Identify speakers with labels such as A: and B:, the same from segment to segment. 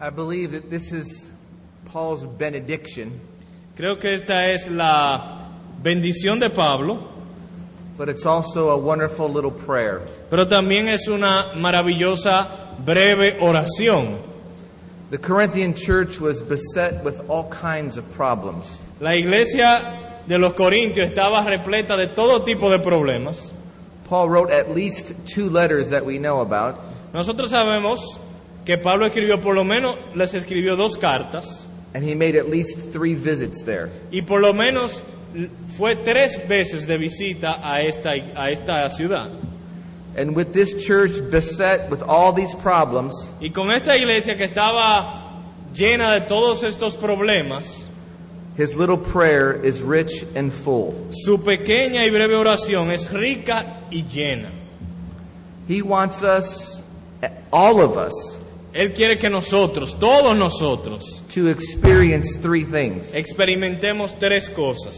A: I believe that this is Paul's benediction,
B: Creo que esta es la bendición de Pablo,
A: but it's also a wonderful little prayer.
B: pero también es una maravillosa breve oración.
A: The Corinthian church was beset with all kinds of problems.
B: La iglesia de los Corintios estaba repleta de todo tipo de problemas.
A: Paul wrote at least two letters that we know about,
B: Nosotros sabemos que Pablo escribió, por lo menos les escribió dos cartas
A: and he made at least three visits there.
B: y por lo menos l- fue tres veces de visita a esta, a esta ciudad.
A: And with this church beset with all these problems,
B: Y con esta iglesia que estaba llena de todos estos problemas,
A: his little prayer is rich and full.
B: su pequeña y breve oración es rica y llena.
A: He wants us, all of us,
B: Él quiere que nosotros, todos nosotros,
A: to experience three things
B: experimentemos tres cosas.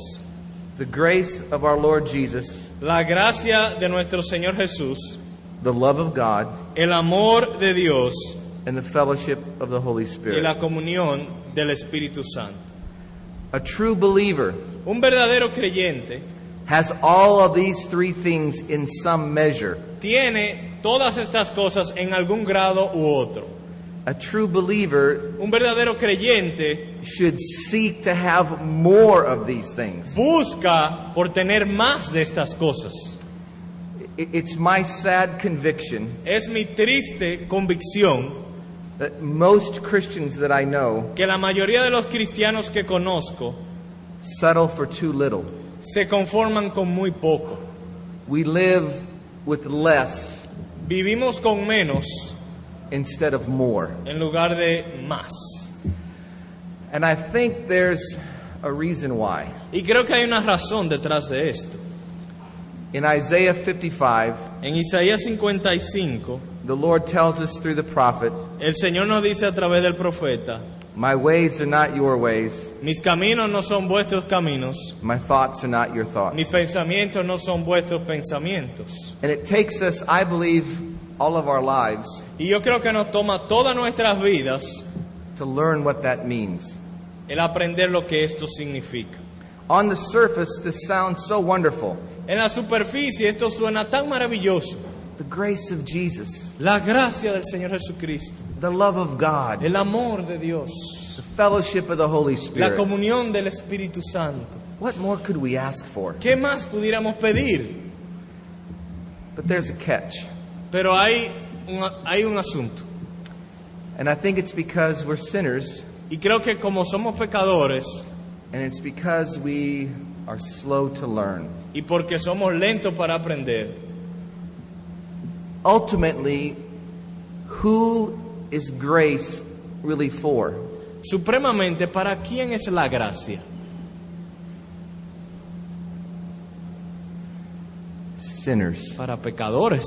A: the grace of our Lord Jesus,
B: La gracia de nuestro Señor Jesús,
A: the love of God,
B: el amor de Dios
A: and the fellowship of the Holy
B: y
A: Spirit.
B: la comunión del Espíritu Santo.
A: A true believer
B: Un verdadero creyente
A: has all of these three things in some measure.
B: tiene todas estas cosas en algún grado u otro.
A: A true believer
B: Un verdadero creyente
A: should seek to have more of these things.
B: busca por tener más de estas cosas.
A: I- It's my sad conviction
B: Es mi triste convicción
A: that most Christians that I know
B: que la mayoría de los cristianos que conozco
A: settle for too little.
B: se conforman con muy poco.
A: We live with less
B: Vivimos con menos
A: instead of more.
B: en lugar de más.
A: And I think there's a reason why.
B: Y creo que hay una razón detrás de esto.
A: In Isaiah 55,
B: En Isaías 55,
A: the Lord tells us through the prophet,
B: el Señor nos dice a través del profeta,
A: My ways are not your ways,
B: mis caminos no son vuestros caminos,
A: my thoughts are not your thoughts.
B: mis pensamientos no son vuestros pensamientos.
A: And it takes us, I believe, all of our lives
B: Y yo creo que nos toma todas nuestras vidas
A: to learn what that means.
B: el aprender lo que esto significa.
A: On the surface, this sounds so wonderful.
B: En la superficie esto suena tan maravilloso.
A: The grace of Jesus,
B: La gracia del Señor Jesucristo,
A: the love of God,
B: el amor de Dios,
A: the fellowship of the Holy
B: la
A: Spirit.
B: comunión del Espíritu Santo.
A: What more could we ask for?
B: ¿Qué más pudiéramos pedir?
A: But there's a catch.
B: Pero hay un, hay un asunto.
A: And I think it's because we're sinners,
B: Y creo que como somos pecadores
A: and it's because we are slow to learn.
B: y porque somos lentos para aprender,
A: Ultimately, who is grace really for?
B: supremamente, ¿para quién es la gracia?
A: Sinners.
B: Para pecadores.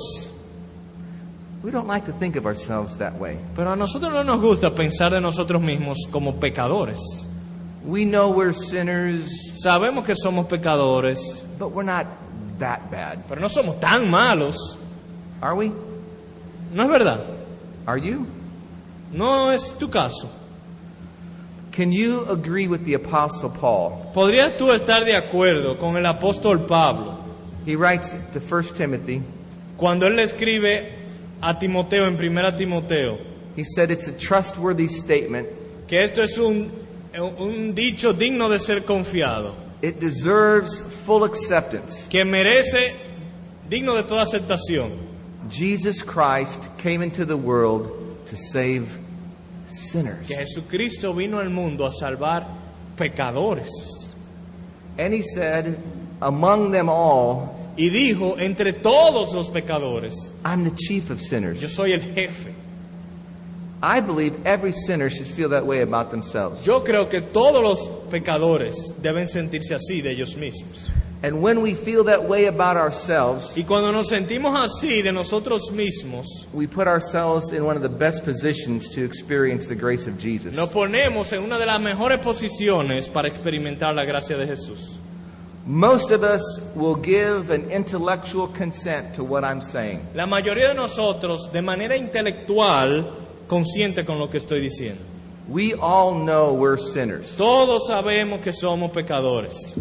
A: We don't like to think of ourselves that way.
B: Pero a nosotros no nos gusta pensar de nosotros mismos como pecadores.
A: We know we're sinners,
B: Sabemos que somos pecadores,
A: but we're not that bad.
B: pero no somos tan malos.
A: Are we?
B: ¿No es verdad?
A: Are you?
B: No es tu caso.
A: Can you agree with the Apostle Paul?
B: ¿Podrías tú estar de acuerdo con el apóstol Pablo
A: He writes to 1 Timothy.
B: cuando él le escribe a Timoteo en 1 Timoteo
A: He said it's a trustworthy statement.
B: que esto es un, un dicho digno de ser confiado,
A: It deserves full acceptance.
B: que merece digno de toda aceptación.
A: Jesus Christ came into the world to save sinners.
B: Que Jesucristo vino al mundo a salvar pecadores.
A: And he said, Among them all,
B: Y dijo, entre todos los pecadores,
A: I'm the chief of
B: yo
A: sinners.
B: soy el jefe.
A: I believe every sinner should feel that way about themselves.
B: Yo creo que todos los pecadores deben sentirse así de ellos mismos.
A: And when we feel that way about ourselves,
B: Y cuando nos sentimos así de nosotros mismos,
A: we put ourselves in one of the best positions to experience the grace of Jesus.
B: nos ponemos en una de las mejores posiciones para experimentar la gracia de Jesús.
A: Most of us will give an intellectual consent to what I'm saying.
B: La mayoría de nosotros, de manera intelectual, consciente con lo que estoy diciendo.
A: We all know we're sinners,
B: Todos sabemos que somos pecadores,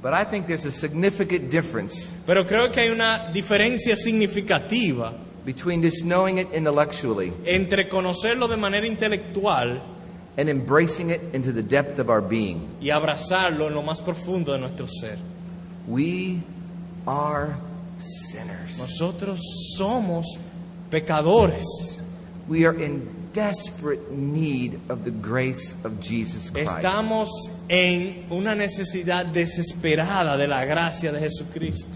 A: but I think there's a significant difference
B: pero creo que hay una diferencia significativa
A: between just knowing it intellectually
B: entre conocerlo de manera intelectual
A: and embracing it into the depth of our being.
B: y abrazarlo en lo más profundo de nuestro ser.
A: We are sinners.
B: Nosotros somos pecadores.
A: We are in desperate need of the grace of Jesus Christ.
B: Estamos en una necesidad desesperada de la gracia de Jesucristo.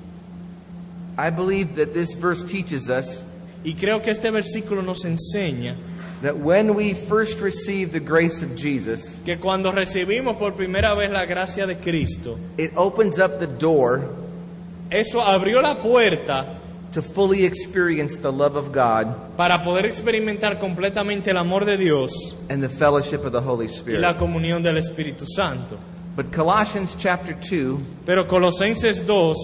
A: I believe that this verse teaches us
B: Y creo que este versículo nos enseña
A: that when we first receive the grace of Jesus,
B: que cuando recibimos por primera vez la gracia de Cristo,
A: it opens up the door
B: eso abrió la puerta
A: to fully experience the love of God
B: para poder experimentar completamente el amor de Dios
A: and the fellowship of the Holy
B: y
A: Spirit.
B: la comunión del Espíritu Santo.
A: But Colossians chapter 2
B: Pero Colosenses 2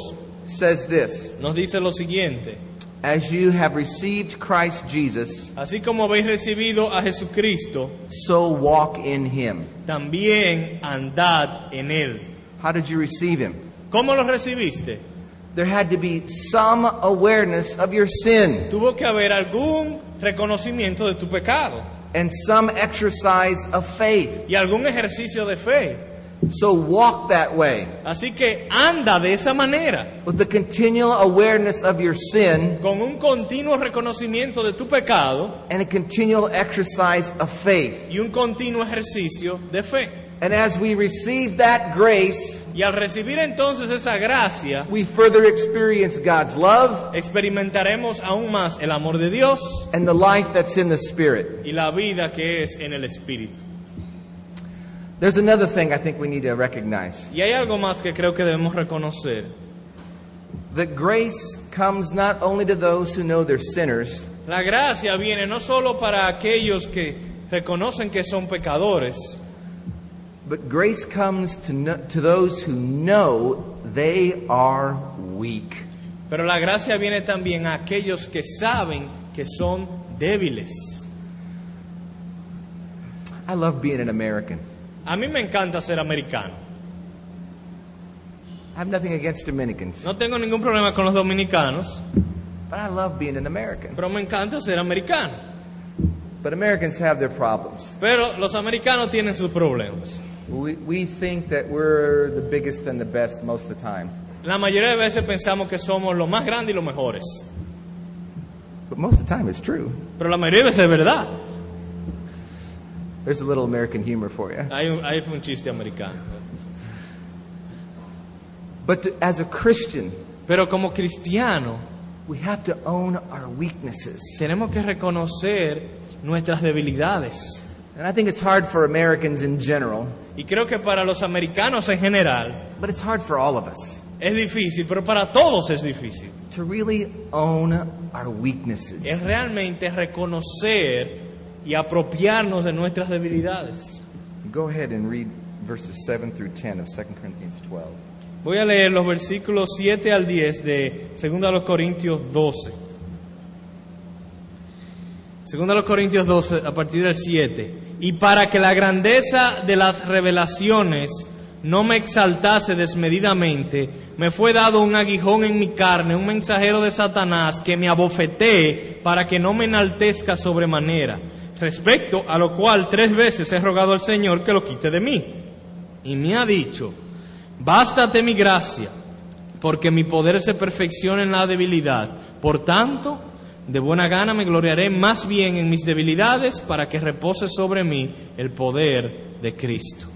A: says this
B: nos dice lo siguiente,
A: As you have received Christ Jesus,
B: así como habéis recibido a Jesucristo,
A: so walk in him.
B: también andad en él.
A: How did you receive him?
B: ¿Cómo lo recibiste?
A: There had to be some awareness of your sin
B: Tuvo que haber algún reconocimiento de tu pecado
A: and some exercise of faith.
B: y algún ejercicio de fe.
A: So walk that way
B: Así que anda de esa manera,
A: with the continual awareness of your sin
B: con un continuo reconocimiento de tu pecado
A: and a continual exercise of faith.
B: y un continuo ejercicio de fe.
A: And as we receive that grace,
B: Y al recibir entonces esa gracia,
A: we further experience God's love
B: experimentaremos aún más el amor de Dios
A: and the life that's in the Spirit.
B: y la vida que es en el Espíritu.
A: There's another thing I think we need to recognize
B: Y hay algo más que creo que debemos reconocer.
A: that grace comes not only to those who know they're sinners,
B: La gracia viene no solo para aquellos que reconocen que son pecadores,
A: but grace comes to, kno- to those who know they are weak.
B: pero la gracia viene también a aquellos que saben que son débiles.
A: I love being an American.
B: A mí me encanta ser americano.
A: I have nothing against Dominicans,
B: No tengo ningún problema con los dominicanos,
A: but I love being an American.
B: pero me encanta ser americano.
A: But Americans have their problems.
B: Pero los americanos tienen sus problemas.
A: We, we think that we're the biggest and the best most of the time.
B: La mayoría de veces pensamos que somos los más grandes y los mejores,
A: But most of the time it's true.
B: pero la mayoría de veces es verdad.
A: There's a little American humor for you.
B: Hay un, hay un chiste americano.
A: But to- as a Christian,
B: Pero como cristiano,
A: we have to own our weaknesses.
B: Tenemos que reconocer nuestras debilidades.
A: And I think it's hard for Americans in general,
B: Y creo que para los americanos en general
A: but it's hard for all of us
B: es difícil, pero para todos es difícil.
A: to really own our weaknesses.
B: Es realmente reconocer y apropiarnos de nuestras debilidades.
A: Go ahead and read verses 7 through 10 of 2 Corinthians 12.
B: Voy a leer los versículos 7 al 10 de 2 a los Corintios 12. 2 a los Corintios 12 a partir del 7. Y para que la grandeza de las revelaciones no me exaltase desmedidamente, me fue dado un aguijón en mi carne, un mensajero de Satanás que me abofetee para que no me enaltezca sobremanera. Respecto a lo cual tres veces he rogado al Señor que lo quite de mí. Y me ha dicho, Bástate mi gracia, porque mi poder se perfecciona en la debilidad. Por tanto, de buena gana me gloriaré más bien en mis debilidades para que repose sobre mí el poder de Cristo.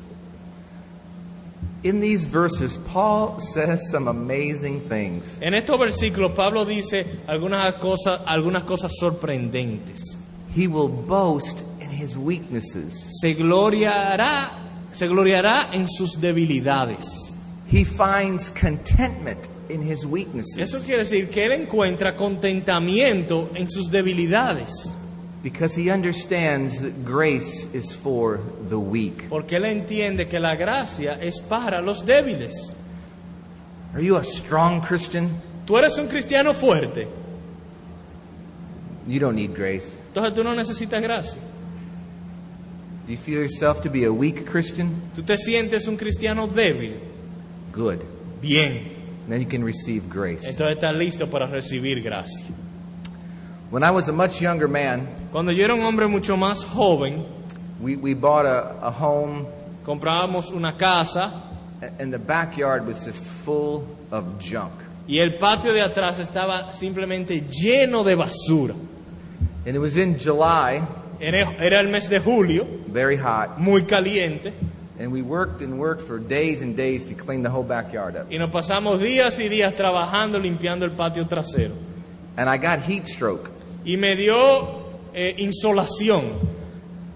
A: In these verses, Paul says some amazing things.
B: En estos versículos Pablo dice algunas cosas, algunas cosas sorprendentes.
A: He will boast in his weaknesses.
B: Se gloriará, se gloriará en sus debilidades.
A: He finds contentment in his weaknesses.
B: Eso quiere decir que él encuentra contentamiento en sus debilidades.
A: Because he understands that grace is for the weak.
B: Porque él entiende que la gracia es para los débiles.
A: Are you a strong Christian?
B: Tú eres un cristiano fuerte.
A: You don't need grace.
B: Entonces tú no necesitas gracia.
A: Do you feel yourself to be a weak Christian?
B: Tú te sientes un cristiano débil.
A: Good.
B: Bien.
A: Then you can receive grace.
B: Entonces estás listo para recibir gracia.
A: When I was a much younger man,
B: Cuando yo era un hombre mucho más joven,
A: we, we bought a, a home,
B: comprábamos una casa
A: a- and the backyard was just full of junk.
B: y el patio de atrás estaba simplemente lleno de basura.
A: And it was in July,
B: Era era el mes de julio,
A: very hot,
B: muy caliente,
A: and we worked and worked for days and days to clean the whole backyard up.
B: y nos pasamos días y días trabajando limpiando el patio trasero.
A: And I got heat stroke.
B: Y me dio eh, insolación.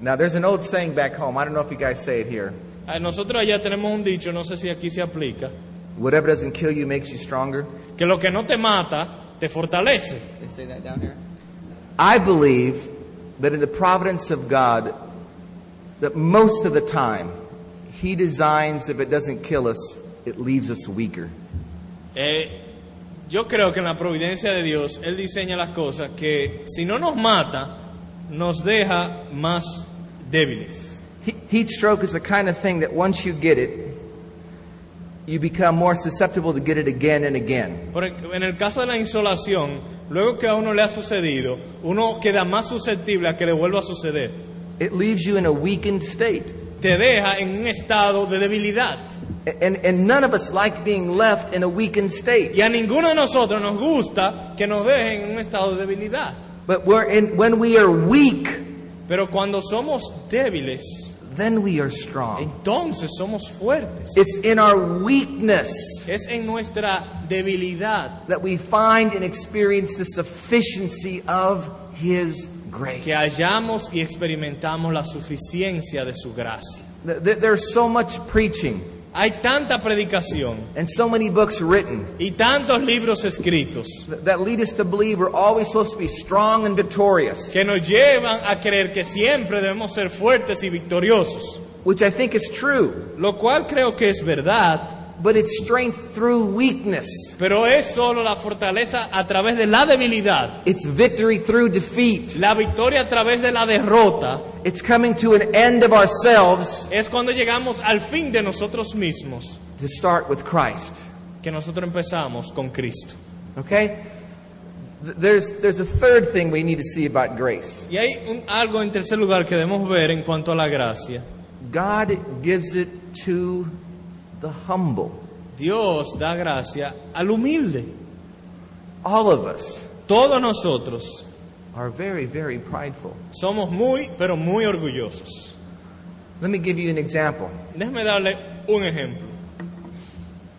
A: Now, there's an old saying back home. I don't know if you guys say it here.
B: Ah, Nosotros allá tenemos un dicho, no sé si aquí se aplica,
A: Whatever doesn't kill you makes you stronger.
B: que lo que no te mata te fortalece.
A: They say that down here. I believe that in the providence of God, that most of the time, He designs if it doesn't kill us, it leaves us weaker.
B: Eh, yo creo que en la providencia de Dios, Él diseña las cosas que si no nos mata, nos deja más débiles.
A: He- Heat stroke is the kind of thing that once you get it, you become more susceptible to get it again and again.
B: Por el- en el caso de la insolación, luego que a uno le ha sucedido, uno queda más susceptible a que le vuelva a suceder.
A: It leaves you in a weakened state.
B: Te deja en un estado de debilidad.
A: A- And, and none of us like being left in a weakened state.
B: Y a ninguno de nosotros nos gusta que nos dejen en un estado de debilidad.
A: But we're in, when we are weak,
B: Pero cuando somos débiles,
A: then we are strong.
B: entonces somos fuertes.
A: It's in our weakness
B: Es en nuestra debilidad
A: that we find and experience the sufficiency of His grace.
B: que hallamos y experimentamos la suficiencia de su gracia.
A: Th- th- There's so much preaching
B: Hay tanta predicación
A: and so many books written
B: y tantos libros escritos
A: th- that lead us to believe we're always supposed to be strong and victorious,
B: que nos llevan a creer que siempre debemos ser fuertes y victoriosos,
A: which I think is true,
B: lo cual creo que es verdad,
A: but it's strength through weakness.
B: pero es solo la fortaleza a través de la debilidad,
A: It's victory through defeat.
B: la victoria a través de la derrota,
A: It's coming to an end of ourselves
B: es cuando llegamos al fin de nosotros mismos,
A: to start with Christ.
B: que nosotros empezamos con Cristo.
A: Okay? Th- There's, there's a third thing we need to see about grace.
B: Y hay un- algo en tercer lugar que debemos ver en cuanto a la gracia.
A: God gives it to the humble.
B: Dios da gracia al humilde.
A: All of us
B: Todos nosotros
A: are very, very prideful.
B: somos muy, pero muy orgullosos.
A: Let me give you an example.
B: Déjeme darle un ejemplo.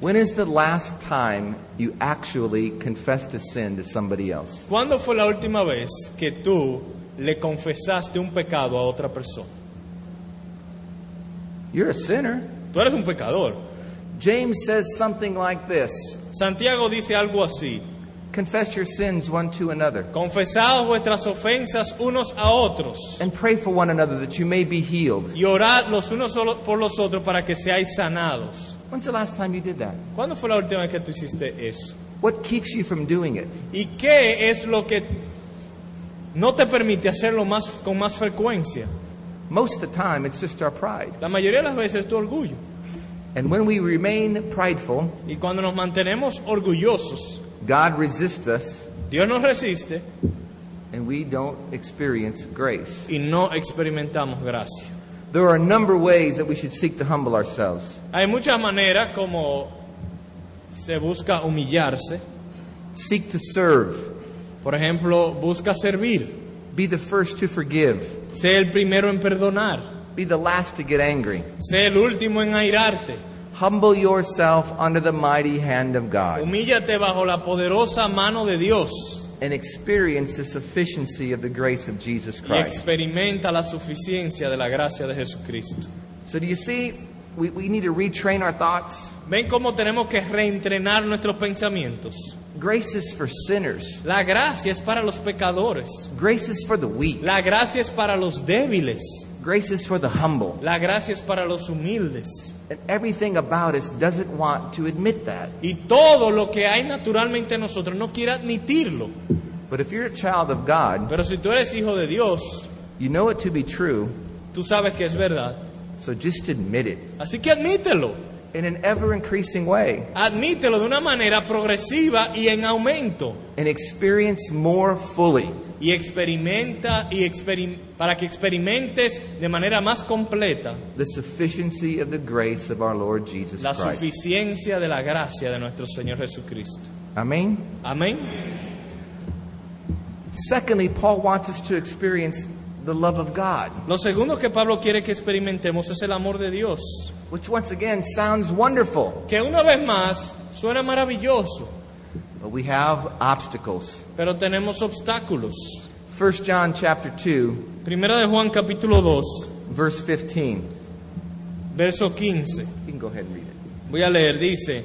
A: When is the last time you actually confessed a sin to somebody else?
B: ¿Cuándo fue la última vez que tú le confesaste un pecado a otra persona?
A: You're a sinner.
B: Tú eres un pecador.
A: James says something like this
B: Santiago dice algo así.
A: Confess your sins one to another
B: Confesaos vuestras ofensas unos a otros
A: and pray for one another that you may be healed.
B: y orad los unos solo- por los otros para que seáis sanados.
A: When's the last time you did that?
B: ¿Cuándo fue la última vez que tú hiciste eso?
A: What keeps you from doing it?
B: ¿Y qué es lo que no te permite hacerlo más, con más frecuencia?
A: Most of the time, it's just our pride.
B: La mayoría de las veces es tu orgullo.
A: And when we remain prideful,
B: Y cuando nos mantenemos orgullosos,
A: God resists us
B: Dios nos resiste
A: and we don't experience grace.
B: y no experimentamos gracia.
A: There are a number of ways that we should seek to humble ourselves.
B: Hay muchas maneras como se busca humillarse.
A: Seek to serve,
B: Por ejemplo, busca servir.
A: be the first to forgive,
B: Sé el primero en perdonar.
A: be the last to get angry.
B: Sé el último en airarte.
A: Humble yourself under the mighty hand of God
B: Humíllate bajo la poderosa mano de Dios
A: and experience the sufficiency of the grace of Jesus
B: y
A: Christ.
B: experimenta la suficiencia de la gracia de Jesucristo.
A: So, do you see? We, we need to retrain our thoughts.
B: ¿Ven cómo tenemos que reentrenar nuestros pensamientos?
A: Grace is for sinners,
B: La gracia es para los pecadores.
A: grace is for the weak,
B: La gracia es para los débiles.
A: grace is for the humble.
B: La gracia es para los humildes.
A: And everything about us doesn't want to admit that.
B: Y todo lo que hay naturalmente en nosotros no quiere admitirlo.
A: But if you're a child of God,
B: Pero si tú eres hijo de Dios,
A: you know it to be true,
B: tú sabes que es verdad.
A: so just admit it
B: Así que admítelo.
A: in an ever increasing way
B: Admítelo de una manera progresiva y en aumento.
A: and experience more fully
B: Y experimenta y experim- para que experimentes de manera más completa
A: the sufficiency of the grace of our Lord Jesus
B: la
A: Christ.
B: suficiencia de la gracia de nuestro Señor Jesucristo.
A: Amen.
B: Amén.
A: Secondly, Paul wants us to experience the love of God,
B: Lo segundo que Pablo quiere que experimentemos es el amor de Dios,
A: which once again sounds wonderful,
B: que una vez más suena maravilloso,
A: but we have obstacles.
B: pero tenemos obstáculos.
A: 1 John chapter 2,
B: Primera de Juan capítulo 2,
A: verse 15.
B: verso 15.
A: You can go ahead and read it.
B: Voy a leer, dice,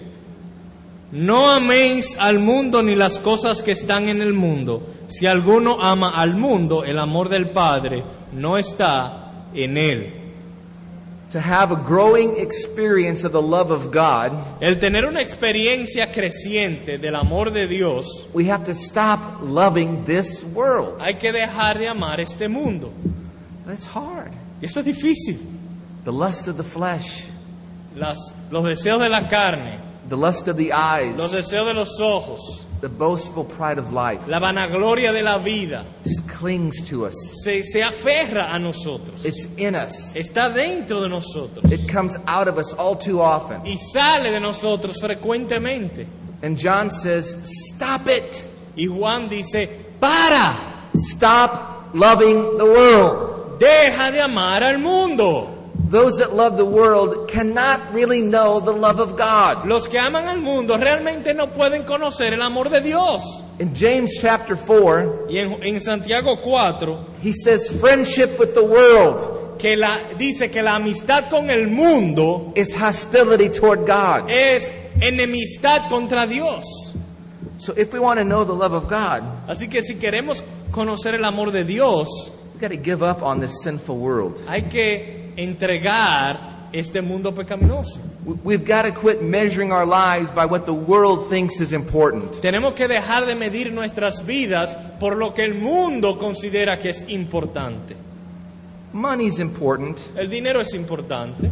B: no améis al mundo ni las cosas que están en el mundo. Si alguno ama al mundo, el amor del Padre no está en él.
A: To have a growing experience of the love of God,
B: El tener una experiencia creciente del amor de Dios,
A: we have to stop loving this world.
B: hay que dejar de amar este mundo.
A: That's hard.
B: Y eso es difícil.
A: The lust of the flesh,
B: Las, los deseos de la carne,
A: the lust of the
B: los
A: eyes,
B: deseos de los ojos,
A: the boastful pride of life
B: la vanagloria de la vida,
A: just clings to us.
B: se, se aferra a nosotros.
A: It's in us.
B: Está dentro de nosotros.
A: It comes out of us all too often.
B: y sale de nosotros frecuentemente.
A: And John says, Stop it.
B: Y Juan dice, para,
A: Stop loving the world.
B: deja de amar al mundo.
A: Those that love the world cannot really know the love of God.
B: Los que aman al mundo realmente no pueden conocer el amor de Dios.
A: In James chapter 4,
B: Y en, en Santiago 4,
A: he says, Friendship with the world
B: que la, dice que la amistad con el mundo
A: is hostility toward God.
B: es enemistad contra Dios.
A: So if we want to know the love of God,
B: Así que si queremos conocer el amor de Dios,
A: we've got to give up on this sinful world.
B: hay que entregar este mundo pecaminoso.
A: We- We've got to quit measuring our lives by what the world thinks is important.
B: Tenemos que dejar de medir nuestras vidas por lo que el mundo considera que es importante.
A: Money's important,
B: El dinero es importante,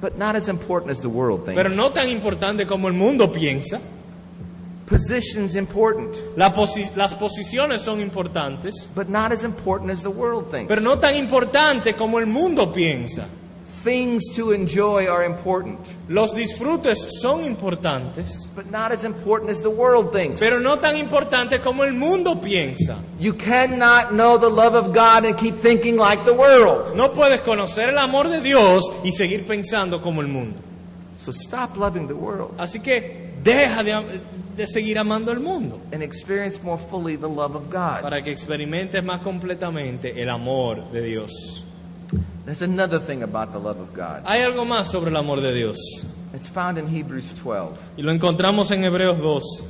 A: but not as important as the world
B: pero
A: thinks.
B: no tan importante como el mundo piensa.
A: Position's important,
B: La posi- las posiciones son importantes,
A: but not as important as the world thinks.
B: pero no tan importante como el mundo piensa.
A: Things to enjoy are important,
B: Los disfrutes son importantes,
A: but not as important as the world thinks.
B: pero no tan importante como el mundo piensa.
A: You cannot know the love of God and keep thinking like the world.
B: No puedes conocer el amor de Dios y seguir pensando como el mundo.
A: So stop loving the world
B: Así que deja de am- de seguir amando al mundo.
A: and experience more fully the love of God.
B: para que experimentes más completamente el amor de Dios.
A: There's another thing about the love of God.
B: Hay algo más sobre el amor de Dios
A: It's found in Hebrews 12.
B: y lo encontramos en Hebreos 2.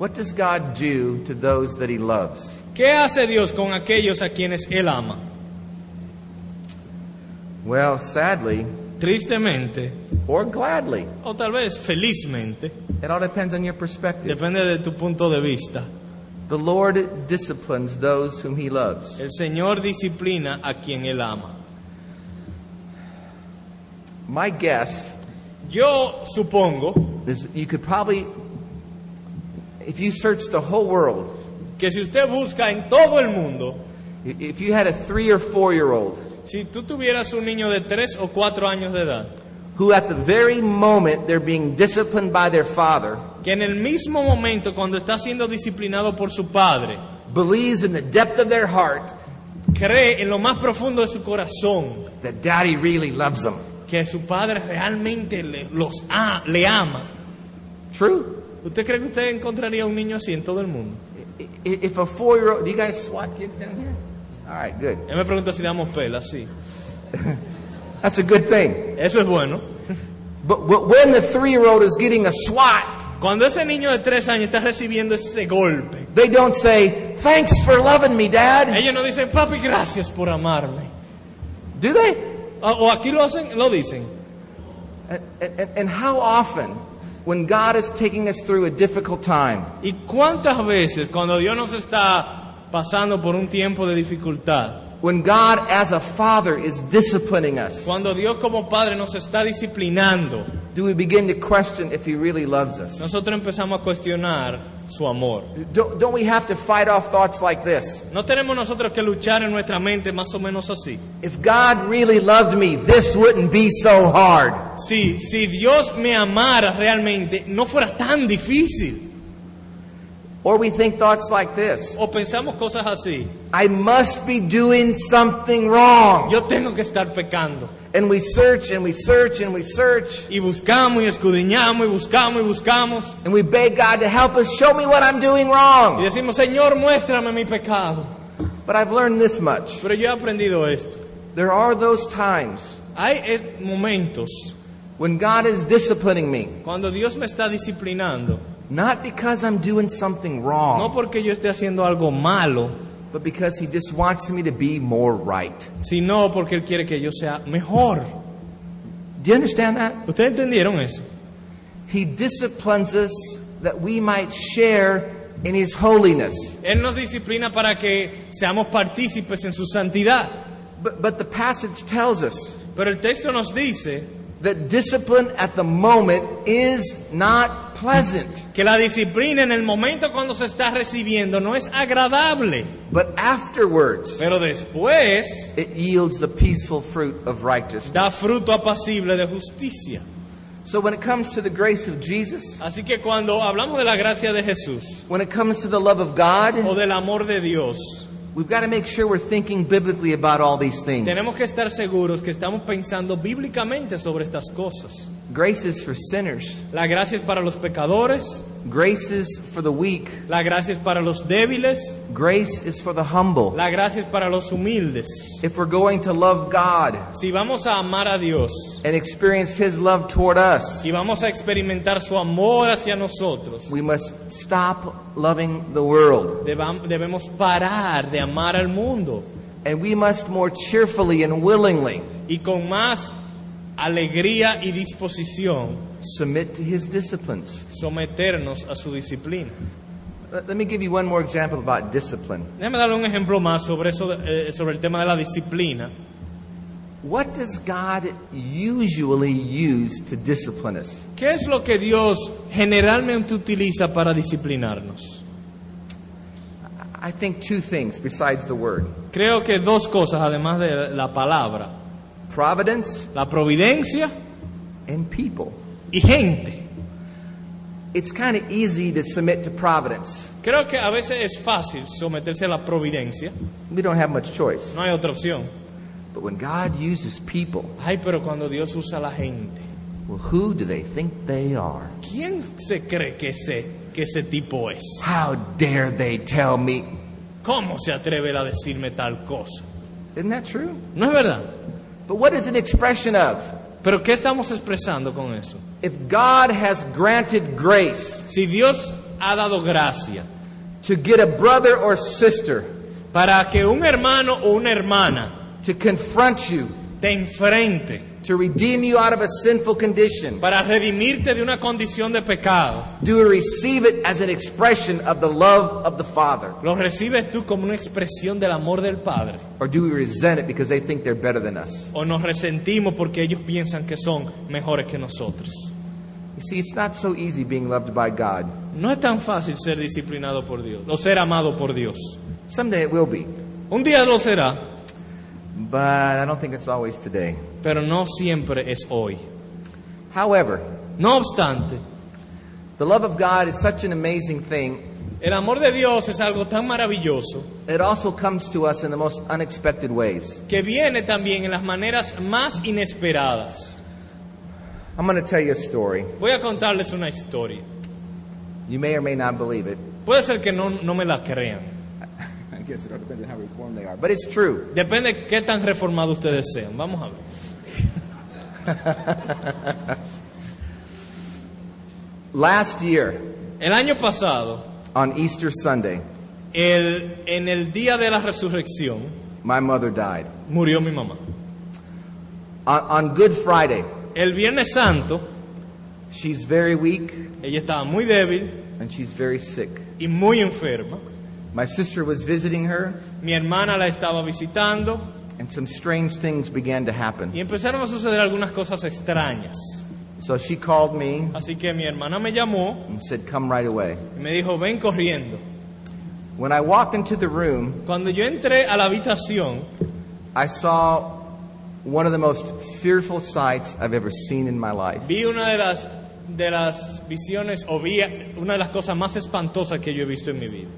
A: What does God do to those that he loves?
B: ¿Qué hace Dios con aquellos a quienes Él ama?
A: Well, sadly
B: Tristemente,
A: or gladly.
B: o tal vez felizmente,
A: It all depends on your perspective.
B: depende de tu punto de vista,
A: The Lord disciplines those whom he loves.
B: el Señor disciplina a quien Él ama.
A: My guess
B: Yo supongo
A: is you could probably, if you searched the whole world,
B: que si usted busca en todo el mundo,
A: i- if you had a three or four year old
B: si tú tuvieras un niño de 3 o 4 años de edad,
A: who at the very moment they're being disciplined by their father
B: que en el mismo momento cuando está siendo disciplinado por su padre,
A: believes in the depth of their heart
B: cree en lo más profundo de su corazón
A: that daddy really loves them.
B: que su padre realmente le, los a- le ama,
A: True.
B: ¿usted cree que usted encontraría un niño así en todo el mundo?
A: I- i- If a four year old, do you guys swat kids down here? All right, good.
B: Él me pregunta si damos pelas, sí.
A: That's a good thing.
B: Eso es bueno.
A: But, but when the three year old is getting a swat,
B: Cuando ese niño de tres años está recibiendo ese golpe,
A: they don't say, Thanks for loving me, dad.
B: ellos no dicen, papi, gracias por amarme.
A: Do they?
B: O, o aquí lo hacen, lo dicen.
A: And, and, and how often when God is taking us through a difficult time,
B: ¿Y cuántas veces cuando Dios nos está pasando por un tiempo de dificultad,
A: when God as a father is disciplining us,
B: cuando Dios como Padre nos está disciplinando,
A: do we begin to question if He really loves us?
B: nosotros empezamos a cuestionar su amor?
A: Don't, don't we have to fight off thoughts like this?
B: No tenemos nosotros que luchar en nuestra mente más o menos así.
A: If God really loved me, this wouldn't be so hard.
B: Si, si Dios me amara realmente, no fuera tan difícil.
A: Or we think thoughts like this
B: O pensamos cosas así.
A: I must be doing something wrong.
B: Yo tengo que estar pecando.
A: And we search and we search and we search
B: Y buscamos y escudriñamos y buscamos y buscamos.
A: and we beg God to help us show me what I'm doing
B: Y
A: wrong.
B: decimos, Señor, muéstrame mi pecado.
A: But I've learned this much
B: Pero yo he aprendido esto.
A: there are those times
B: Hay es- momentos
A: when God is disciplining me,
B: cuando Dios me está disciplinando.
A: not because I'm doing something wrong,
B: No porque yo esté haciendo algo malo,
A: but because He just wants me to be more right.
B: sino porque Él quiere que yo sea mejor.
A: Do you understand that?
B: ¿Ustedes entendieron eso?
A: He disciplines us that we might share in His holiness.
B: Él nos disciplina para que seamos partícipes en su santidad.
A: But, but the passage tells us
B: Pero el texto nos dice
A: that discipline at the moment is not pleasant,
B: que la disciplina en el momento cuando se está recibiendo no es agradable,
A: but afterwards
B: pero después
A: it yields the peaceful fruit of righteousness.
B: da fruto apacible de justicia.
A: So when it comes to the grace of Jesus,
B: Así que cuando hablamos de la gracia de Jesús
A: when it comes to the love of God,
B: o del amor de Dios,
A: we've got to make sure we're thinking biblically about all these things.
B: tenemos que estar seguros que estamos pensando bíblicamente sobre estas cosas.
A: Grace is for sinners,
B: La gracia es para los pecadores,
A: grace is for the weak,
B: la gracia es para los débiles,
A: grace is for the humble.
B: la gracia es para los humildes.
A: If we're going to love God
B: Si vamos a amar a Dios
A: and experience His love toward us,
B: y vamos a experimentar su amor hacia nosotros,
A: we must stop loving the world.
B: debam- debemos parar de amar al mundo
A: And we must more cheerfully and willingly
B: y con más alegría y disposición
A: submit to his disciplines.
B: someternos a su disciplina.
A: Let let me give you one more example about discipline.
B: Déjame darle un ejemplo más sobre, eso, eh, sobre el tema de la disciplina.
A: What does God usually use to discipline us?
B: ¿Qué es lo que Dios generalmente utiliza para disciplinarnos?
A: I think two things besides the word
B: Creo que dos cosas, además de la palabra,
A: providence
B: la providencia
A: and people.
B: y gente.
A: It's kind of easy to submit to providence,
B: Creo que a veces es fácil someterse a la providencia,
A: we don't have much choice.
B: no hay otra opción.
A: But when God uses people,
B: Ay, pero cuando Dios usa a la gente,
A: well, who do they think they are?
B: ¿quién se cree que ese, que ese tipo es?
A: How dare they tell me?
B: ¿Cómo se atreve él a decirme tal cosa?
A: Isn't that true?
B: No es verdad.
A: But what is an expression of?
B: Pero ¿qué estamos expresando con eso?
A: If God has granted grace
B: Si Dios ha dado gracia
A: to get a brother or sister
B: para que un hermano o una hermana
A: to confront you,
B: te enfrente,
A: to redeem you out of a sinful condition,
B: para redimirte de una condición de pecado,
A: do we receive it as an expression of the love of the Father?
B: lo recibes tú como una expresión del amor del Padre.
A: Or do we resent it because they think they're better than us?
B: o nos resentimos porque ellos piensan que son mejores que nosotros.
A: You see, it's not so easy being loved by God.
B: No es tan fácil ser disciplinado por Dios o ser amado por Dios.
A: Someday it will be,
B: Un día lo será,
A: but I don't think it's always today.
B: pero no siempre es hoy.
A: However,
B: No obstante,
A: the love of God is such an amazing thing.
B: el amor de Dios es algo tan maravilloso
A: It also comes to us in the most unexpected ways.
B: que viene también en las maneras más inesperadas.
A: I'm going to tell you a story.
B: Voy a contarles una historia.
A: You may or may not believe it.
B: Puede ser que no, no me la crean.
A: I guess it all depends on how reformed they are. But it's true.
B: Depende de qué tan reformado ustedes sean. Vamos a ver.
A: Last year,
B: El año pasado,
A: on Easter Sunday,
B: el- en el día de la resurrección,
A: my mother died.
B: murió mi mamá.
A: On, on Good Friday,
B: El Viernes Santo,
A: She's very weak
B: Ella estaba muy débil
A: and she's very sick.
B: y muy enferma.
A: My sister was visiting her,
B: Mi hermana la estaba visitando
A: and some strange things began to happen.
B: y empezaron a suceder algunas cosas extrañas.
A: So she called me
B: Así que mi hermana me llamó
A: and said, Come right away.
B: y me dijo, ven corriendo.
A: When I walked into the room,
B: Cuando yo entré a la habitación,
A: I saw one of the most fearful sights I've ever seen in my life.
B: vi una de las, de las visiones o vi una de las cosas más espantosas que yo he visto en mi vida.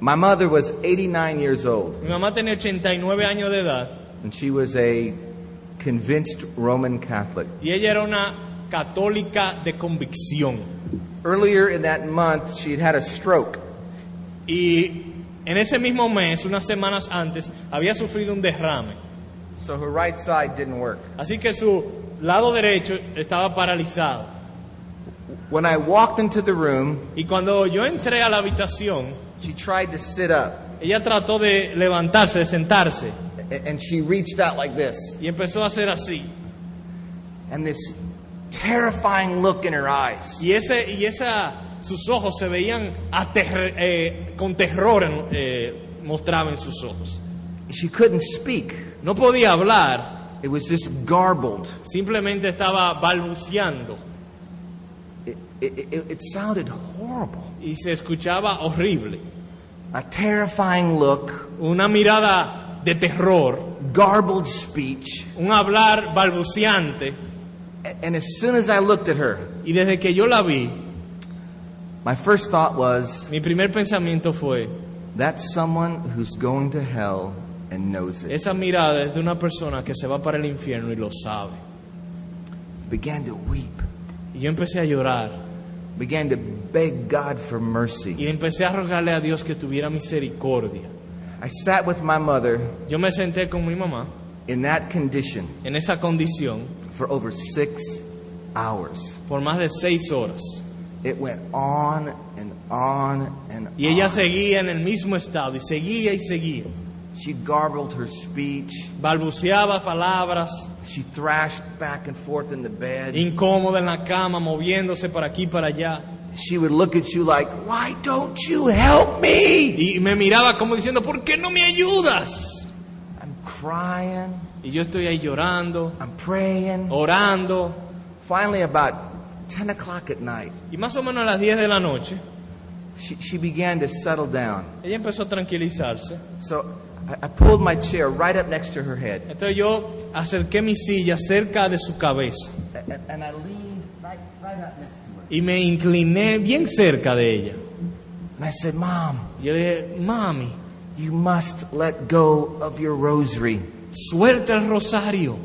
A: My mother was 89 years old,
B: Mi mamá tenía 89 años de edad
A: and she was a convinced Roman Catholic.
B: y ella era una católica de convicción.
A: Earlier in that month, she had had a stroke,
B: Y en ese mismo mes, unas semanas antes, había sufrido un derrame.
A: so her right side didn't work.
B: Así que su lado derecho estaba paralizado.
A: When I walked into the room,
B: Y cuando yo entré a la habitación,
A: she tried to sit up,
B: ella trató de levantarse, de sentarse,
A: a- and she reached out like this,
B: y empezó a hacer así.
A: and this terrifying look in her eyes.
B: Y, ese, y esa, sus ojos se veían aterre- eh, con terror, en- eh, mostraban sus ojos.
A: She couldn't speak,
B: No podía hablar,
A: it was just garbled.
B: simplemente estaba balbuceando
A: It, it, it, it sounded horrible.
B: y se escuchaba horrible.
A: A terrifying look,
B: Una mirada de terror.
A: garbled speech.
B: un hablar balbuceante
A: A- And as soon as I looked at her,
B: y desde que yo la vi,
A: my first thought was,
B: mi primer pensamiento fue,
A: that's someone who's going to hell and knows it.
B: esa mirada es de una persona que se va para el infierno y lo sabe.
A: Began to weep,
B: Y yo empecé a llorar
A: began to beg God for mercy.
B: y empecé a rogarle a Dios que tuviera misericordia.
A: I sat with my mother
B: Yo me senté con mi mamá
A: in that condition
B: en esa condición
A: for over six hours.
B: por más de seis horas
A: It went on and on and
B: y ella
A: on.
B: seguía en el mismo estado y seguía y seguía.
A: She garbled her speech.
B: Balbuceaba palabras,
A: She thrashed back and forth in the bed.
B: incómoda en la cama, moviéndose para aquí y para allá.
A: she would look at you like, Why don't you help me?
B: Y me miraba como diciendo, ¿por qué no me ayudas?
A: I'm crying,
B: Y yo estoy ahí llorando,
A: I'm
B: Oh.
A: praying.
B: orando.
A: Finally, about 10 o'clock at night,
B: Y más o menos a las 10 de la noche,
A: she, she began to settle down.
B: ella empezó a tranquilizarse.
A: So I, I pulled my chair right up next to her head,
B: Entonces yo acerqué mi silla cerca de su cabeza
A: a- a- and, I leaned right, right up next to her.
B: y me incliné bien cerca de ella.
A: And I said, Mom,
B: Y yo le dije, mami,
A: you must let go of your rosary.
B: suelta el rosario.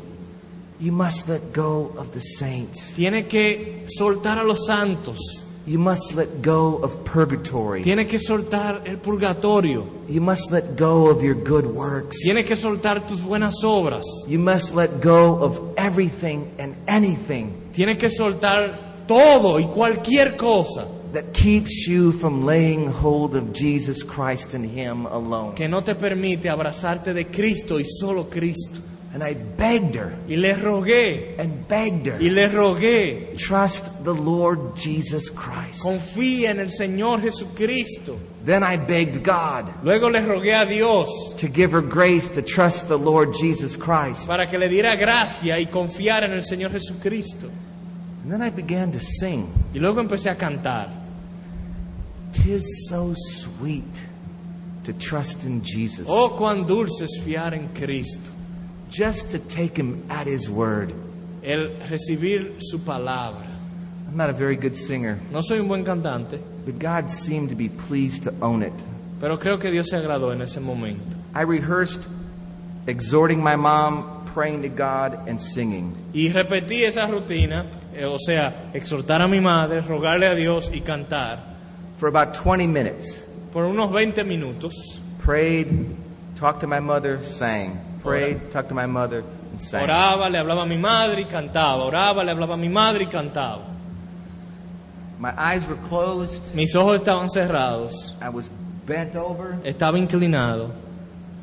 A: You must let go of the saints.
B: Tiene que soltar a los santos.
A: You must let go of purgatory.
B: Tiene que soltar el purgatorio.
A: You must let go of your good works.
B: Tiene que soltar tus buenas obras.
A: You must let go of everything and anything
B: Tiene que soltar todo y cualquier cosa
A: that keeps you from laying hold of Jesus Christ and Him alone.
B: que no te permite abrazarte de Cristo y solo Cristo.
A: And I begged her
B: Y le rogué,
A: and begged
B: y
A: her,
B: le rogué,
A: trust the Lord Jesus Christ.
B: confía en el Señor Jesucristo.
A: Then I begged God
B: Luego le rogué a Dios
A: to give her grace to trust the Lord Jesus Christ.
B: para que le diera gracia y confiar en el Señor Jesucristo.
A: And then I began to sing,
B: Y luego empecé a cantar.
A: Tis so sweet to trust in Jesus,
B: Oh, cuán dulce es fiar en Cristo.
A: just to take Him at His word.
B: El recibir su palabra.
A: I'm not a very good singer.
B: No soy un buen cantante,
A: But God seemed to be pleased to own it.
B: pero creo que Dios se agradó en ese momento.
A: I rehearsed exhorting my mom, praying to God, and singing.
B: Y repetí esa rutina, eh, o sea, exhortar a mi madre, rogarle a Dios y cantar
A: For about 20 minutes,
B: por unos 20 minutos.
A: prayed, talked to my mother, sang. Prayed, talked to my mother, and sang.
B: Oraba, le hablaba a mi madre y cantaba. Oraba, le hablaba a mi madre y cantaba.
A: My eyes were closed.
B: Mis ojos estaban cerrados,
A: I was bent over,
B: estaba inclinado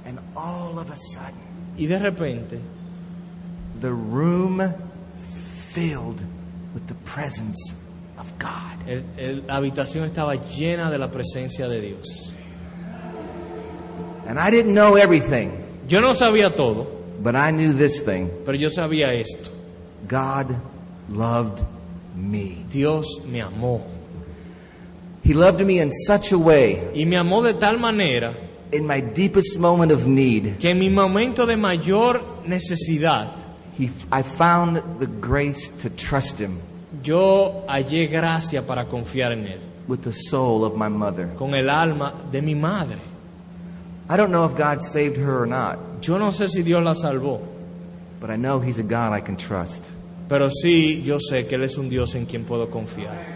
A: and all of a sudden,
B: y de repente
A: the room filled with the presence of God.
B: El- el- la habitación estaba llena de la presencia de Dios.
A: And I didn't know everything,
B: Yo no sabía todo,
A: but I knew this thing
B: pero yo sabía esto.
A: God loved me.
B: Dios me amó.
A: He loved me in such a way,
B: Y me amó de tal manera
A: in my deepest moment of need,
B: que en mi momento de mayor necesidad,
A: he, I found the grace to trust Him
B: yo hallé gracia para confiar en Él,
A: with the soul of my mother.
B: con el alma de mi madre.
A: I don't know if God saved her or not,
B: Yo no sé si Dios la salvó,
A: but I know He's a God I can trust.
B: pero sí yo sé que Él es un Dios en quien puedo confiar.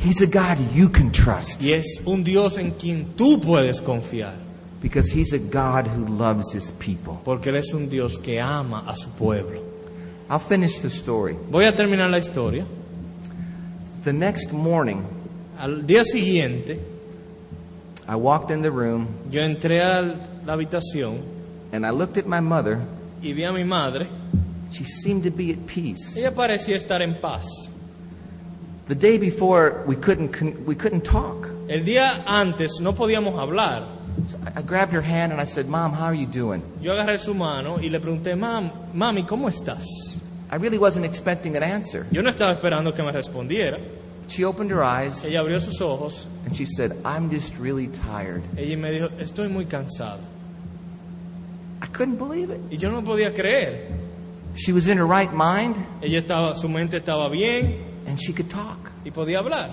A: He's a God you can trust
B: Y es un Dios en quien tú puedes confiar,
A: because He's a God who loves His people.
B: porque Él es un Dios que ama a su pueblo.
A: I'll finish the story.
B: Voy a terminar la historia.
A: The next morning,
B: Al día siguiente,
A: I walked in the room
B: yo entré a la habitación
A: and I looked at my mother.
B: y vi a mi madre.
A: She seemed to be at peace.
B: Ella parecía estar en paz.
A: The day before, we couldn't, con- we couldn't talk.
B: El día antes no podíamos hablar.
A: So I I grabbed her hand and I said, Mom, how are you doing?
B: Yo agarré su mano y le pregunté, "Mam, mami, ¿cómo estás?
A: I really wasn't expecting an answer.
B: Yo no estaba esperando que me respondiera.
A: She opened her eyes
B: Ella abrió sus ojos.
A: and she said, I'm just really tired.
B: Ella me dijo, estoy muy cansado.
A: I couldn't believe it.
B: Y yo no podía creer.
A: She was in her right mind
B: Ella estaba, su mente estaba bien
A: and she could talk.
B: y podía hablar.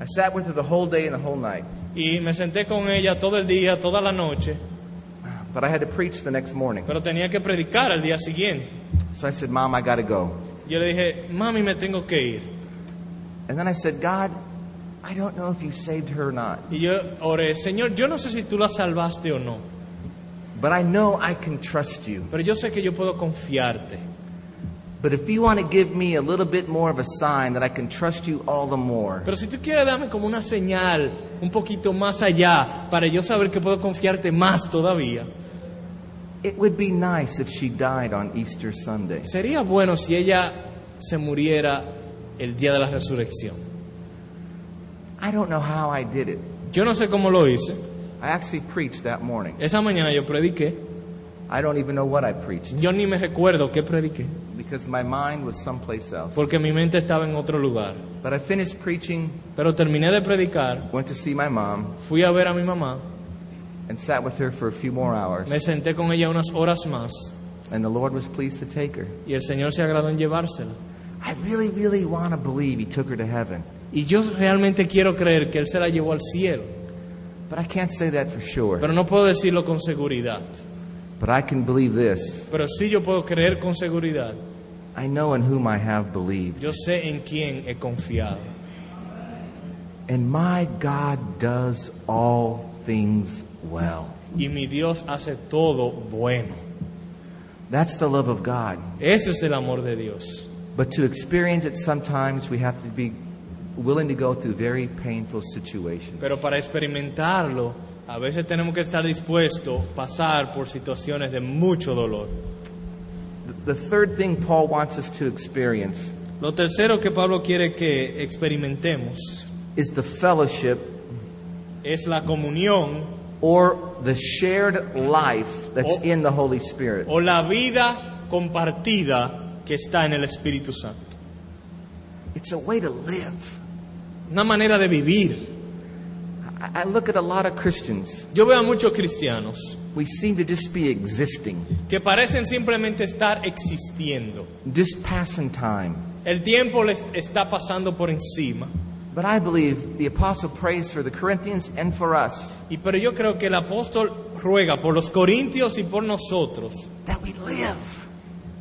A: I sat with her the whole day and the whole night,
B: Y me senté con ella todo el día, toda la noche,
A: but I had to preach the next morning.
B: pero tenía que predicar al día siguiente.
A: So I said, Mom, I got to go.
B: Yo le dije, mami, me tengo que ir.
A: And then I said, God, I don't know if you saved her or not,
B: Y yo oré, Señor, yo no sé si tú la salvaste o no,
A: but I know I can trust you.
B: pero yo sé que yo puedo confiarte.
A: But if you want to give me a little bit more of a sign that I can trust you all the more,
B: Pero si tú quieres darme como una señal un poquito más allá para yo saber que puedo confiarte más todavía,
A: it would be nice if she died on Easter Sunday.
B: sería bueno si ella se muriera el día de la resurrección.
A: I don't know how I did it.
B: Yo no sé cómo lo hice.
A: I actually preached that morning.
B: Esa mañana yo prediqué.
A: I don't even know what I preached
B: Yo ni me recuerdo qué prediqué,
A: because my mind was someplace else.
B: porque mi mente estaba en otro lugar.
A: But I finished preaching,
B: Pero terminé de predicar,
A: went to see my mom,
B: fui a ver a mi mamá,
A: and sat with her for a few more hours.
B: me senté con ella unas horas más
A: And the Lord was pleased to take her.
B: y el Señor se agradó en llevársela.
A: I really, really want to believe He took her to heaven.
B: Y yo realmente quiero creer que Él se la llevó al cielo,
A: But I can't say that for sure.
B: pero no puedo decirlo con seguridad.
A: But I can believe this.
B: Pero sí yo puedo creer con seguridad.
A: I know in whom I have believed.
B: Yo sé en quién he confiado.
A: And my God does all things well.
B: Y mi Dios hace todo bueno.
A: That's the love of God.
B: Ese es el amor de Dios.
A: But to experience it, sometimes we have to be willing to go through very painful situations.
B: Pero para experimentarlo, a veces tenemos que estar dispuestos a pasar por situaciones de mucho dolor.
A: The third thing Paul wants us to experience
B: Lo tercero que Pablo quiere que experimentemos
A: is the fellowship
B: es la comunión
A: or the shared life that's
B: Oh.
A: in the Holy Spirit.
B: o la vida compartida que está en el Espíritu Santo.
A: It's a way to live.
B: Una manera de vivir.
A: I I look at a lot of Christians.
B: Yo veo a muchos cristianos
A: We seem to just be existing,
B: que parecen simplemente estar existiendo.
A: just passing time.
B: El tiempo les está pasando por encima.
A: But I believe the apostle prays for the Corinthians and for us
B: Y pero yo creo que el apóstol ruega por los corintios y por nosotros
A: that we live,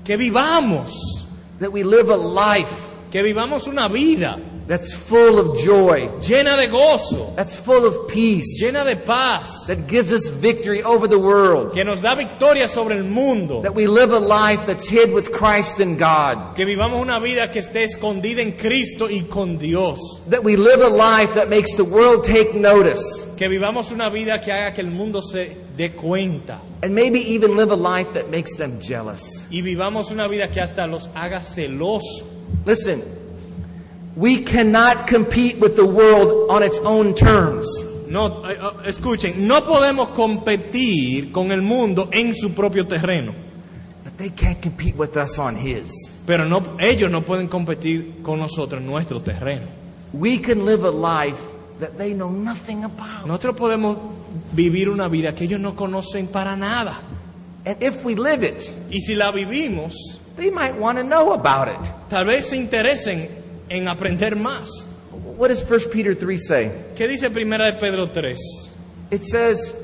B: que vivamos,
A: that we live a life
B: que vivamos una vida
A: that's full of joy,
B: llena de gozo,
A: that's full of peace,
B: llena de paz,
A: that gives us victory over the world,
B: que nos da victoria sobre el mundo,
A: that we live a life that's hid with Christ in God,
B: que vivamos una vida que esté escondida en Cristo y con Dios,
A: that we live a life that makes the world take notice,
B: que vivamos una vida que haga que el mundo se dé cuenta
A: and maybe even live a life that makes them jealous.
B: y vivamos una vida que hasta los haga celosos.
A: Listen, we cannot compete with the world on its own terms.
B: No, eh, eh, escuchen, no podemos competir con el mundo en su propio terreno,
A: But they can't compete with us on His.
B: pero no, ellos no pueden competir con nosotros en nuestro terreno.
A: We can live a life that they know nothing about.
B: Nosotros podemos vivir una vida que ellos no conocen para nada.
A: And if we live it,
B: Y si la vivimos,
A: they might want to know about it.
B: tal vez se interesen en aprender más.
A: What does 1 Peter 3 say?
B: ¿Qué dice Primera de Pedro 3?
A: It says,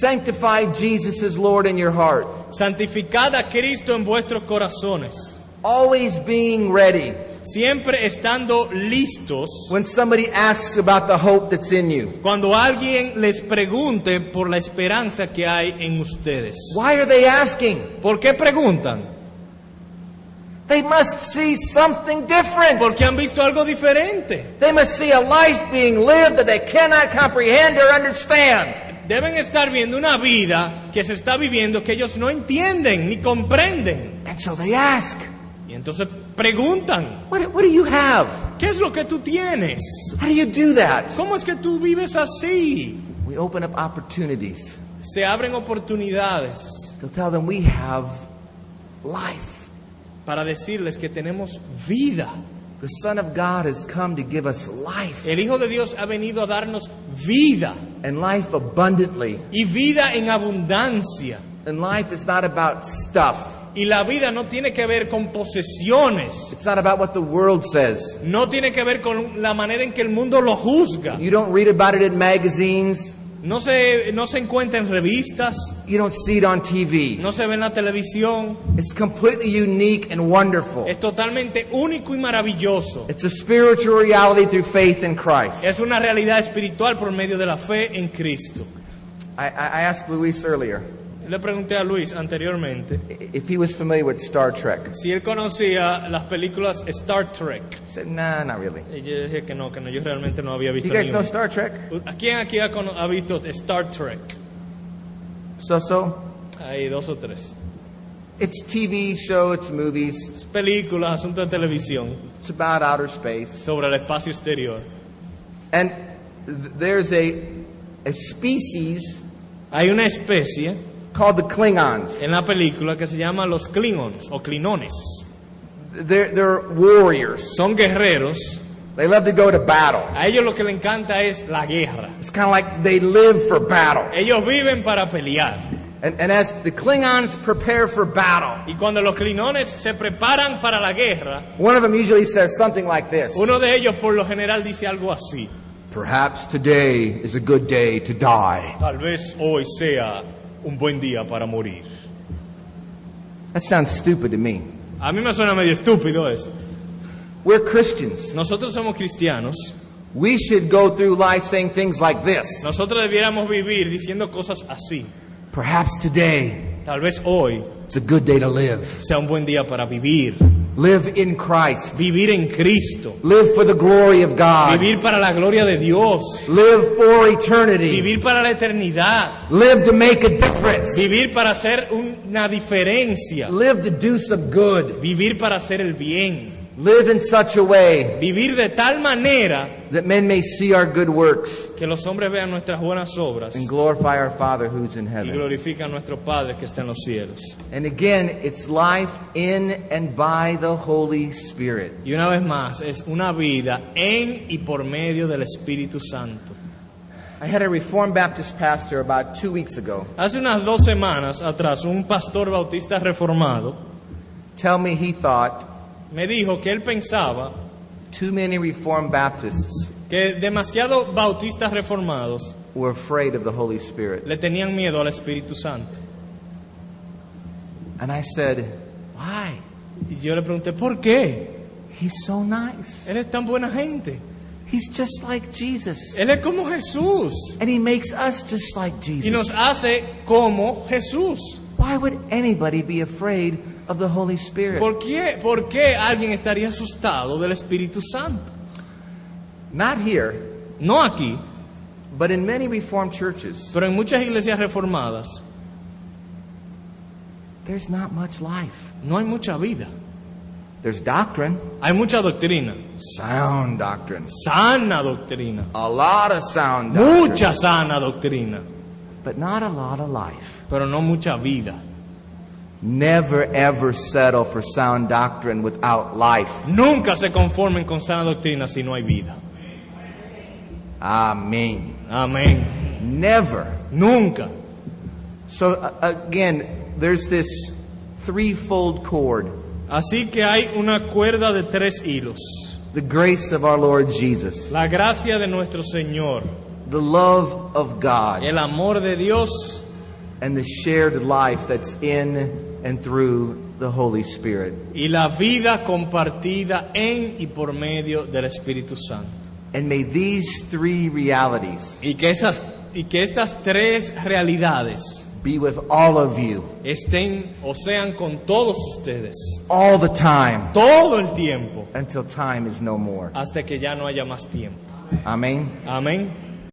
A: Sanctify Jesus as Lord in your heart,
B: Santificad a Cristo en vuestros corazones,
A: always being ready
B: siempre estando listos
A: when somebody asks about the hope that's in you.
B: cuando alguien les pregunte por la esperanza que hay en ustedes.
A: Why are they asking?
B: ¿Por qué preguntan?
A: They must see something different.
B: Porque han visto algo diferente.
A: They must see a life being lived that they cannot comprehend or understand.
B: Deben estar viendo una vida que se está viviendo que ellos no entienden ni comprenden.
A: And so they ask,
B: Y entonces preguntan,
A: What, what do you have?
B: ¿qué es lo que tú tienes?
A: How do you do that?
B: ¿Cómo es que tú vives así?
A: We open up opportunities
B: Se abren oportunidades
A: to tell them we have life.
B: para decirles que tenemos vida.
A: The Son of God has come to give us life
B: El Hijo de Dios ha venido a darnos vida
A: and life abundantly.
B: y vida en abundancia.
A: And life is not about stuff,
B: Y la vida no tiene que ver con posesiones,
A: it's not about what the world says.
B: no tiene que ver con la manera en que el mundo lo juzga.
A: You don't read about it in magazines,
B: No se, no se encuentra en revistas,
A: you don't see it on TV.
B: no se ve en la televisión.
A: It's completely unique and wonderful.
B: Es totalmente único y maravilloso.
A: It's a spiritual reality through faith in Christ.
B: Es una realidad espiritual por medio de la fe en Cristo.
A: I, I I asked Luis earlier
B: Le pregunté a Luis anteriormente
A: if he was familiar with Star Trek.
B: si él conocía las películas Star Trek.
A: He said, nah, not really.
B: Y yo dije que no, que no, yo realmente no había
A: You
B: visto
A: guys
B: ni
A: know
B: una.
A: Star Trek?
B: ¿A quién aquí ha, cono- ha visto Star Trek?
A: So so?
B: Hay dos o tres.
A: It's TV show, it's movies,
B: Películas, asuntos de televisión
A: it's about outer space.
B: sobre el espacio exterior.
A: And th- there's a, a species
B: Hay una especie
A: called the Klingons.
B: en la película que se llama los Klingons o Klinones.
A: They're, they're warriors.
B: Son guerreros.
A: They love to go to battle.
B: A ellos lo que les encanta es la guerra.
A: It's kind of like they live for battle.
B: Ellos viven para pelear.
A: And, and as the Klingons prepare for battle,
B: Y cuando los Klinones se preparan para la guerra,
A: one of them usually says something like this.
B: uno de ellos por lo general dice algo así.
A: Perhaps today is a good day to die.
B: Tal vez hoy sea un buen día para morir.
A: That sounds stupid to me.
B: A mí me suena medio estúpido eso.
A: We're Christians.
B: Nosotros somos cristianos.
A: We should go through life saying things like this.
B: Nosotros debiéramos vivir diciendo cosas así.
A: Perhaps today
B: Tal vez hoy
A: is a good day to live.
B: sea un buen día para vivir.
A: Live in Christ.
B: Vivir en Cristo.
A: Live for the glory of God.
B: Vivir para la gloria de Dios.
A: Live for eternity.
B: Vivir para la eternidad.
A: Live to make a difference.
B: Vivir para hacer una diferencia.
A: Live to do some good.
B: Vivir para hacer el bien.
A: Live in such a way
B: Vivir de tal manera
A: that men may see our good works
B: que los hombres vean nuestras buenas obras
A: and glorify our Father who's in
B: y
A: heaven.
B: glorifican a nuestro Padre que está en los cielos.
A: And again, it's life in and by the Holy Spirit.
B: Y una vez más, es una vida en y por medio del Espíritu Santo.
A: I had a Reformed Baptist pastor about two weeks ago
B: Hace unas dos semanas atrás, un pastor bautista reformado
A: tell me he thought
B: me dijo que él pensaba
A: too many Reformed Baptists
B: que demasiados bautistas reformados
A: were afraid of the Holy Spirit.
B: le tenían miedo al Espíritu Santo.
A: And I said, Why?
B: Y yo le pregunté, ¿por qué?
A: He's so nice.
B: Él es tan buena gente.
A: He's just like Jesus.
B: Él es como Jesús.
A: And he makes us just like
B: Y nos
A: Jesus.
B: hace como Jesús.
A: Why would anybody be afraid of the Holy Spirit?
B: ¿Por qué, ¿Por qué alguien estaría asustado del Espíritu Santo?
A: Not here,
B: No aquí,
A: but in many Reformed churches,
B: pero en muchas iglesias reformadas
A: there's not much life.
B: no hay mucha vida.
A: There's doctrine,
B: Hay mucha doctrina,
A: sound doctrine,
B: sana doctrina,
A: a lot of sound doctrine,
B: mucha sana doctrina,
A: but not a lot of life.
B: pero no mucha vida.
A: Never ever settle for sound doctrine without life.
B: Nunca se conformen con sana doctrina si no hay vida.
A: Amen.
B: Amén.
A: Never.
B: Nunca.
A: So uh, again, there's this threefold cord
B: Así que hay una cuerda de tres hilos.
A: the grace of our Lord Jesus,
B: La gracia de nuestro Señor,
A: the love of God,
B: el amor de Dios
A: and the shared life that's in and through the Holy Spirit.
B: y la vida compartida en y por medio del Espíritu Santo.
A: And may these three realities
B: Y que, esas, y que estas tres realidades
A: be with all of you
B: estén o sean con todos ustedes
A: all the time
B: todo el tiempo
A: until time is no more.
B: hasta que ya no haya más tiempo.
A: Amen.
B: Amén.